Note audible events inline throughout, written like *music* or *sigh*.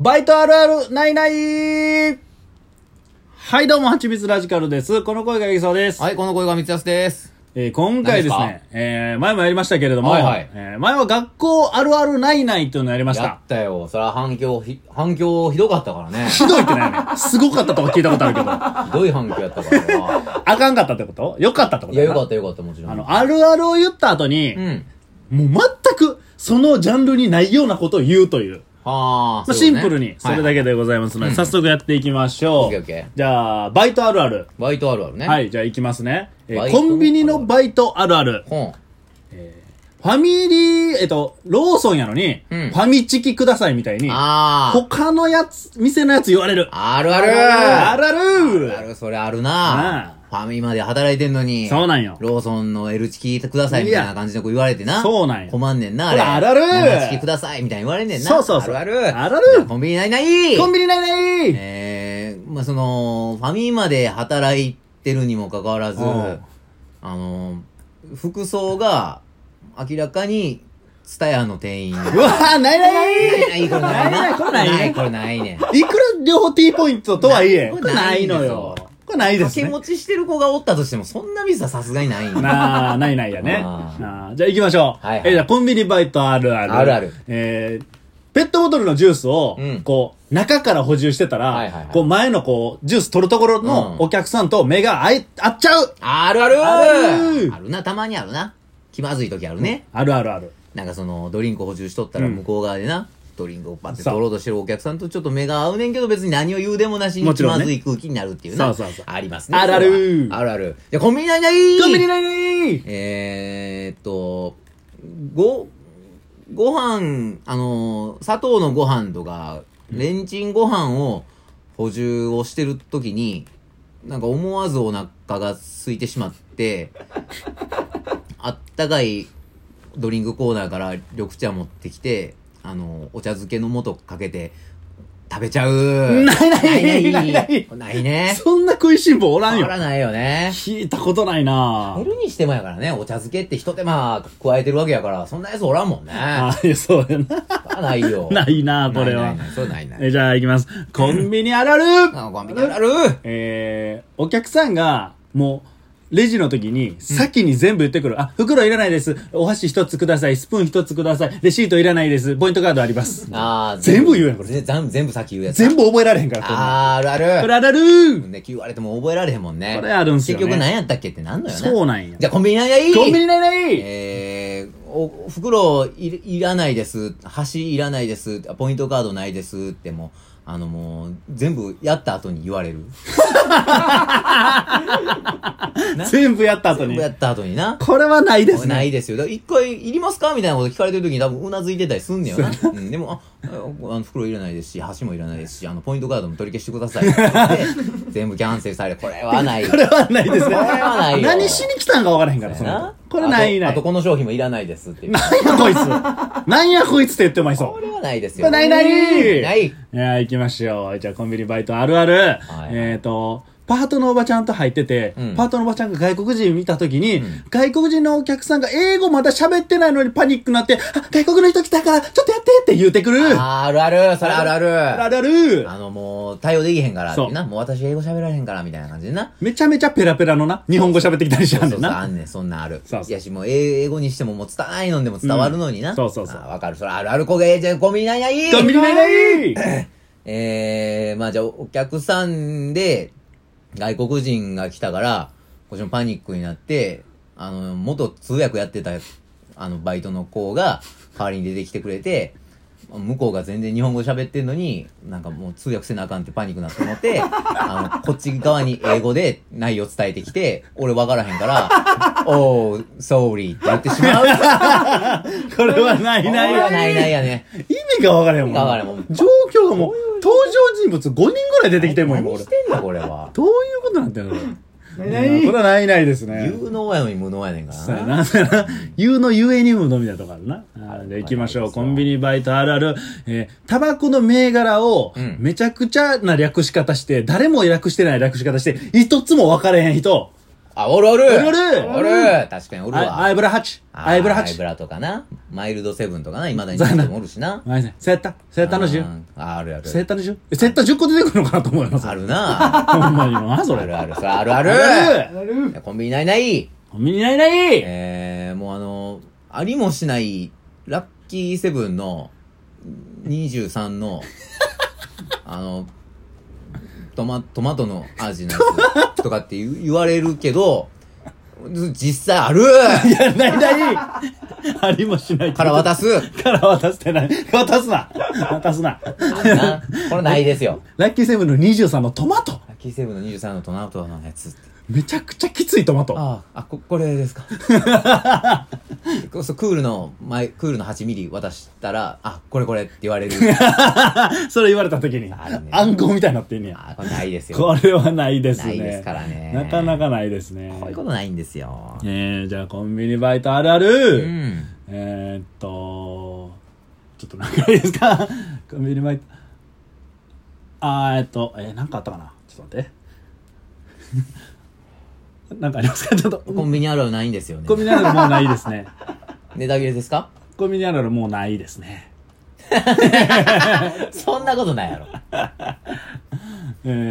バイトあるあるないないはい、どうも、はちみつラジカルです。この声がいきそうです。はい、この声が三安です。えー今回です何でね、えー前もやりましたけれども、はいはいえー前は学校あるあるないないというのをやりましやた。ったよ。そら反響ひ、反響ひどかったからね。 *laughs* ひどいってないよね。すごかったとか聞いたことあるけど、あひどい反響やっ *laughs* たからな。かんかったってことよかったってこといや、よかっったよかった、もちろん。あの、あるあるを言った後に、うん。もう全く、そのジャンルにないようなことを言うという。はあ、まあ、そういシうンこプとルねに、それだけでございますので、早速やっていきましオょッう。ケーオッケじゃあ、バイトあるある。ー。バイトあるあるね。は。い、じゃあ行きますね。えーバイトコンビニのバイトあるある。ほん。ファミリー、えっと、ローソンやのに、うんファミチキくださいみたいに、あー。他のやつ、店のやつ言われる。あるああるあるああるるそれあるなファミマで働いてんのに。そうなんよ。ローソンの L チキくださいみたいな感じの子言われてな。そうなんよ困んねんな、あほれ。らあるある L チキくださいみたいに言われんねんな。そうそうそうあるある。あるあるコンビニないないコンビニないねえー、まあ、その、ファミマで働いてるにもかかわらず、うんあの、服装が、明らかに、ツタヤの店員。うわぁ、ないないなないい、これないないな。これないこれないね。いくら両方 T ポイントとはいえ、なこれないのよ。これないで掛すけね持。ちしてる子がおったとしても、そんなミスはさすがにない。なあ、ないないやね。あーあーじゃあ行きましょう。はいはいえーじゃあコンビニバイトあるある。あるあるえーペットボトルのジュースをうん、こう、中から補充してたら、はいはいはいこう、前のこう、ジュース取るところのうんお客さんと目があい、合っちゃうあるあるあるあるな、たまにあるな。気まずい時あるね。あるあるある。なんかその、ドリンク補充しとったらうん向こう側でな、ドリンクをパッて取ろうとしてるお客さんとちょっと目が合うねんけど別に何を言うでもなしもにち気ろんまねずい空気になるっていうそな。うそうそうありますね。あるあるあるある。いや、コンビニないないコンビニないないえーっと、ご、ご飯、あの、砂糖のご飯とか、レンチンご飯を補充をしてる時に、なんか思わずお腹が空いてしまって、 *laughs* あったかいドリンクコーナーから緑茶持ってきて、あの、お茶漬けの素かけて食べちゃ *laughs* う。ないないないなないい。ないね。そんな食いしん坊おらん変よわ。らないよね。聞いたことないな減るにしてもやからね、お茶漬けって一手間加えてるわけやから、そんなやつおらんもんね。あー、そうやな。あないよ。 *laughs* ないなこれな。はいないないそうないない。えーじゃあ行きます。コンビニあるあるあコンビニあるあるえー、お客さんが、もう、レジの時に、先に全部言ってくる。あ、袋いらないです。お箸一つください。スプーン一つください。レシートいらないです。ポイントカードあります。あー全部言うやんこれぜ全部先言うや *laughs* つ。全部覚えられへんから、こんなんあーあるあこる。れあるあるね、言われても覚えられへんもんね。これあるんすよね結局何やったっけってなんのよね。そうなんやじゃあコンビニないがいいコンビニないないえー、お、袋いいらないです。箸いらないです。ポイントカードないです。ってもう、あのもう、全部やった後に言われる。な全部やった後全に部。やった後にな。これはないですないね。ですよ。だから一回、いりますかみたいなこと聞かれてる時に多分うなずいてたりすんねよな。うん、でも、あ、ああの、袋いらないですし、箸もいらないですし、あの、ポイントカードも取り消してください *laughs* って言って。全部キャンセルされる。これはない。これはないですね。これはないよ何しに来たんか分からへんから、そのな子。これないあなとい。あとこの商品もいらないですっていう。なんやこい *laughs* つ。なんやこいつって言ってまいそうこ。れはないですこれよ。ないないない。いやー、行きましょう。じゃあ、コンビニバイトあるある。はいえっ、と、パートのおばちゃんと入ってて、うんパートのおばちゃんが外国人見たときに、うん外国人のお客さんが英語まだ喋ってないのにパニックになって、あ、外国の人来たから、ちょっとやってって言うてくる。あるある、それあるああるある。るあるあの、もう、対応できへんからってそうな。もう私英語喋られへんからみたいな感じでな。めちゃめちゃペラペラのな、日本語喋ってきたりしちゃうんだそうそうあな。んねん、そんなんある。そうそういやし、もう英英語にしてももう伝わないのでも伝わるのにな。うんそうそうそうあわかる。それあるあるこげ、じゃあコンビニないないコンビニないないえー、まあじゃあお客さんで、外国人が来たから、こっちもパニックになって、あの、元通訳やってた、あの、バイトの子が、代わりに出てきてくれて、向こうが全然日本語喋ってんのに、なんかもう通訳せなあかんってパニックになって思って、あの、こっち側に英語で内容伝えてきて、俺分からへんから、 *laughs* おー、sorry って言ってし *laughs* まう。これはないな。これはいないないやね。意味が分からへんもん。意味が分からへんもん状況がもう、登場人物5人ぐらい出てきてんもん、今何俺し。てんだこれは。どういうことなんてんのこれこれはないないですね。有能やのに無能やねんかそうやらな。な。そうやな言うのゆえにものみたいなとこあるな。あーじゃあ行きましょう。はいコンビニバイトあるある。えータバコの銘柄をうん、めちゃくちゃな略し方して、誰も略してない略し方して、一つも分かれへん人。あ、おるおるおるおるおる確かにおるわ。アイブラハチあーアイブラハアイチブラとかな。マイルドセブンとかな。未だにそうやな人もおるしな。マジでセッタセッタの十10あ、あるある。セッタの10えセッタ10個出てくるのかなと思い *laughs* ますあるなほんまにな *laughs* そあれるある。それあるああるるなるいやコンビニないないコンビニないないえー、もうあの、ありもしない、ラッキーセブンの、23の、 *laughs* あの、トマ、トマトの味のやつとかって言う言われるけど、実際 *laughs* あるいや、ないないありもしないから渡すから渡してない。渡すな渡すななこれないですよ。 *laughs* ラッキーセブンの23のトマトラッキーセブンの23のトマトのやつって。めちゃくちゃきついトマト。ああ、あ、こ、これですか。 *laughs* こそうクールの、前、クールの8ミリ渡したら、あ、これこれって言わ *laughs* れる。それ言われた時にあるね、暗号みたいになってんねや。あ、これないですよ。これはないですね。ないですからねなかなかないですね。こういうことないんですよ。えー、じゃあコンビニバイトあるあうる、ん。えー、っと、ちょっと何回ですか *laughs* コンビニバイト。あー、えーっと、えー、なんかあったかなちょっと待って。 *laughs* なんかありますかちょっと。コンビニあるあるないんですよねコ。ンビニあるあるもうないですね。ネタ切れですかコンビニあるあるもうないですね。 *laughs* そんなことないやろ。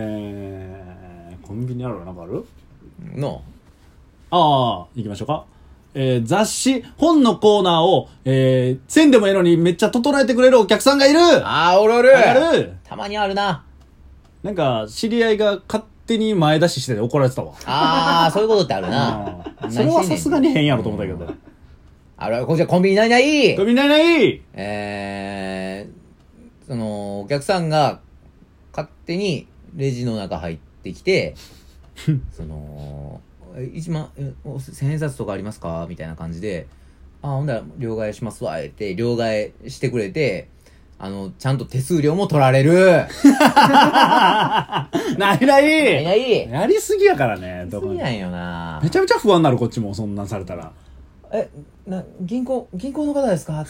えー、コンビニあるあるなんかあるの、ああ、行きましょうか。えー、雑誌、本のコーナーを、えー、せんでもええのにめっちゃ整えてくれるお客さんがいるああー、おるおるるたまにあるな。なんか、知り合いが勝手に前出ししてて怒られてたわ。あー、そういうこと *laughs* ってあるなあ。あそれはさすがに変やろと思ったけうどん。。あるこちらコンビニないないコンビニないえー、その、お客さんが勝手にレジの中入って *laughs* きて、その、え一万、えお千円札とかありますかみたいな感じで、あ、ほんだら両替しますわ、えって、両替してくれて、あの、ちゃんと手数料も取られる。ないないいやいや、やりすぎやからね、どすこぎにないよなめ。ちゃめちゃ不安になる、こっちも、そんなんされたら。え、な、銀行、銀行の方で *laughs* すか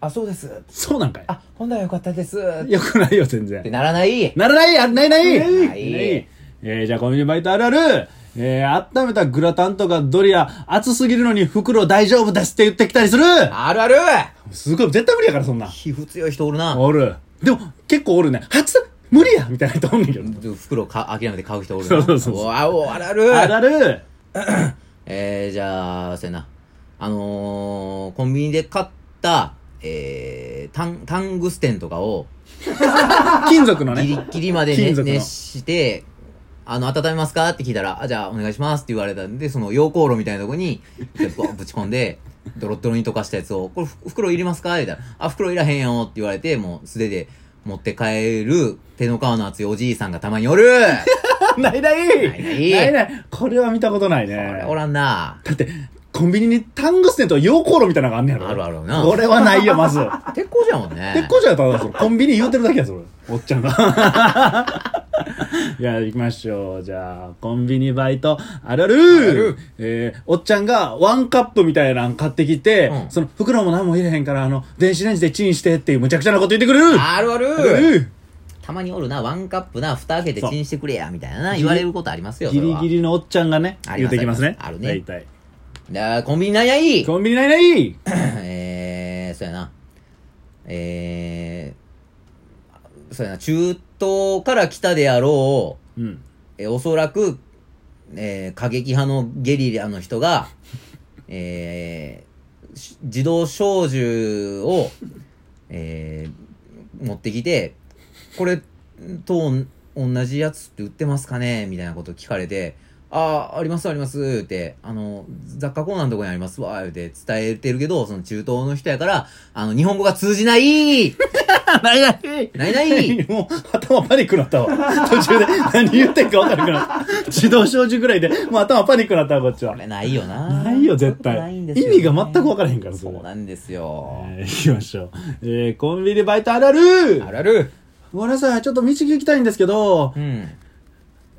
あ、そうです。そうなんかい。あ、ほんだらよかったです。っよくないよ、全然て。ならない。ならないあないないないえーじゃあコンビニバイトあるあるえー、温めたグラタンとかドリア、熱すぎるのに袋大丈夫ですって言ってきたりするあるあるすごい、絶対無理やから、そんな。皮膚強い人おるな。おる。でも、結構おるね。初無理やみたいな人おんねんけど。袋か諦めて買う人おるなそうそうそうそうおあおあるあるあるあるえー、じゃあ、せやな。あのー、コンビニで買った、えー、タン、タングステンとかを、金属のギリね。ッギリまで、金ね、属の熱して、あの、温めますかって聞いたら、あ、じゃあお願いしますって言われたんで、その溶鉱炉みたいなとこに、こうぶち込んで、ドロッドロに溶かしたやつを、これふ袋いりますかって言ったら、あ、袋いらへんよって言われて、もう素手で持って帰る、手の皮の厚いおじいさんがたまにおるないないないないないないこれは見たことないこれね。おらんなだって、コンビニにタングステンと溶鉱炉みたいなのがあんねやろ。あるあるなこれはないよ、まず。鉄鋼じゃもんね。結構じゃあただそれコンビニ言うてるだけやそれ *laughs* おっちゃんが *laughs* いや行きましょうじゃあコンビニバイトあるあるあるえー、おっちゃんがワンカップみたいなの買ってきて、うんその袋も何も入れへんからあの電子レンジでチンしてっていうむちゃくちゃなこと言ってくれるあるああるあるるたまにおるな、ワンカップな、蓋開けてそうチンしてくれや、みたいなな、ギリ言われることありますよ、ギリギリ。リのおっちゃんがねあ言りまうすてきますねありますあ大るね体だコンビニなんやいいコンビニないないえー、そうやな。えー、そうやな、中東から来たであろう、うんえーおそらく、えー、過激派のゲリラの人が、えー、し自動小銃を、えー、持ってきて、これと同じやつって売ってますかねみたいなこと聞かれて、ああ、ありますありますって、あの、雑貨コーナーのとこにありますわ、って伝えてるけど、その中東の人やから、あの、日本語が通じない *laughs* ないないないな *laughs* いもう頭パニックになったわ。途中で何言ってんか分からなくなった。自動小銃ぐらいで、もう頭パニックになったわ、こっちはこ。れないよな。ないよ、絶な対。いん意ですよね味が全く分からへんから、それそう。なんですよ。えー行きましょう。えー、コンビニバイトあるあるあるある。ごめんなさい、ちょっと道聞きたいんですけどう、ん。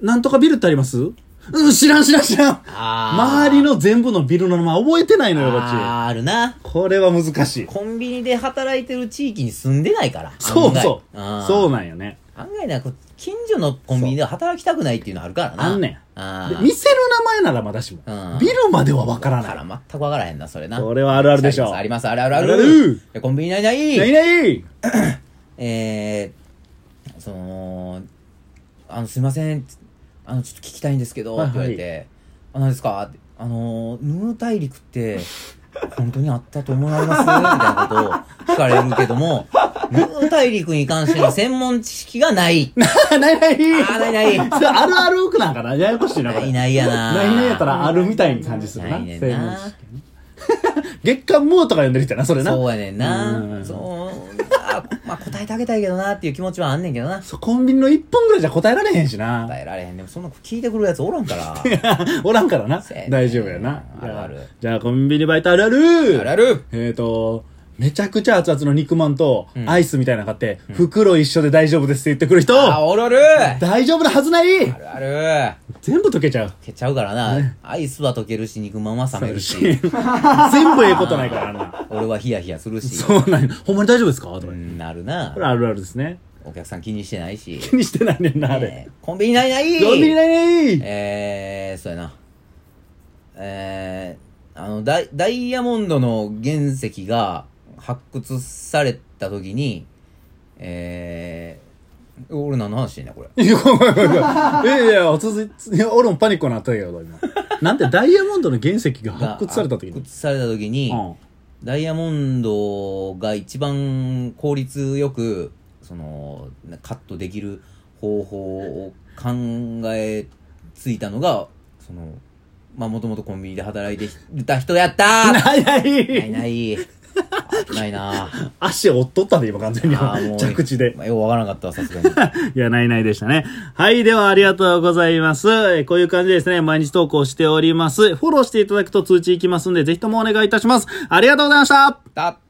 なんとかビルってありますうん、知らん知らん知らんあ周りのの全部のビルの名前覚えてないのよ、こっち。あーあるな。これは難しい。コンビニで働いてる地域に住んでないから。そうそう案。外そうう。なんよね。案外な、こ近所のコンビニで働きたくないっていうのあるからな。あんねんあでー店の名前ならまだしもうん。ビルまではわからなだいか。ら全くわからへんな、それな。これはあるあるでしょう。あります、あるあるある。あるあるでコンビニないないないない *laughs* えー、その、あの、すいません、あの、ちょっと聞きたいんですけど、はいっはいて言われて、あ、何ですかってあの、ヌー大陸って、本当にあったと思われますみたいなことを聞かれるけども、ヌー大陸に関しての専門知識がない。ないないあー、ないない。 *laughs* それあるある奥なんかなややこしいな、こなれ。いないやな。ないねやったらあるみたいに感じするな。ないねん成な分式ね月刊ムーとか呼んでる人やな、それな。そうやねんうんうんうな。んそう、あまあ答えてあげたいけどなっていう気持ちはあんねんけどな。そうコンビニの1分ぐらいじゃ答えられへんしな。答えられへん。でもそんな聞いてくるやつおらんから。 *laughs* おらんからなそうやね。大丈夫やな。あるあるじゃあコンビニバイトあるあるあるあるえーと、めちゃくちゃ熱々の肉まんとんアイスみたいなの買って、袋一緒で大丈夫ですって言ってくる人、あ、おるおる大丈夫なはずないあるある全部溶けちゃう。溶けちゃうからな。アイスは溶けるし、肉まんは冷めるし。全部ええことない *laughs* からな。俺はヒヤヒヤするし。そうなんやほんまに大丈夫ですかとかう言ってんなるなこれ。あるあるですね。お客さん気にしてないし。気にしてないねんな、あれ。えーコンビニないないコンビニないねえー、そうやな。えー、あの、ダイダイヤモンドの原石が発掘された時に、えー、俺何の話してんだこれ。いや、ごめんごめんごめんいやいや、続いついや、俺もパニックになったけど、今。なんて、ダイヤモンドの原石が発掘された時発に。掘された時に、うん。ダイヤモンドが一番効率よく、その、カットできる方法を考えついたのが、その、まあ、もともとコンビニで働いていた人やったーないなないいない。危ないな。 *laughs* 足折っとったで、今完全に。着地で。まあようわからなかったわ、さすがに。いや、ないないでしたね。はい、ではありがとうございます。えーこういう感じでですね、毎日投稿しております。フォローしていただくと通知いきますんで、ぜひともお願いいたします。ありがとうございました *laughs* だ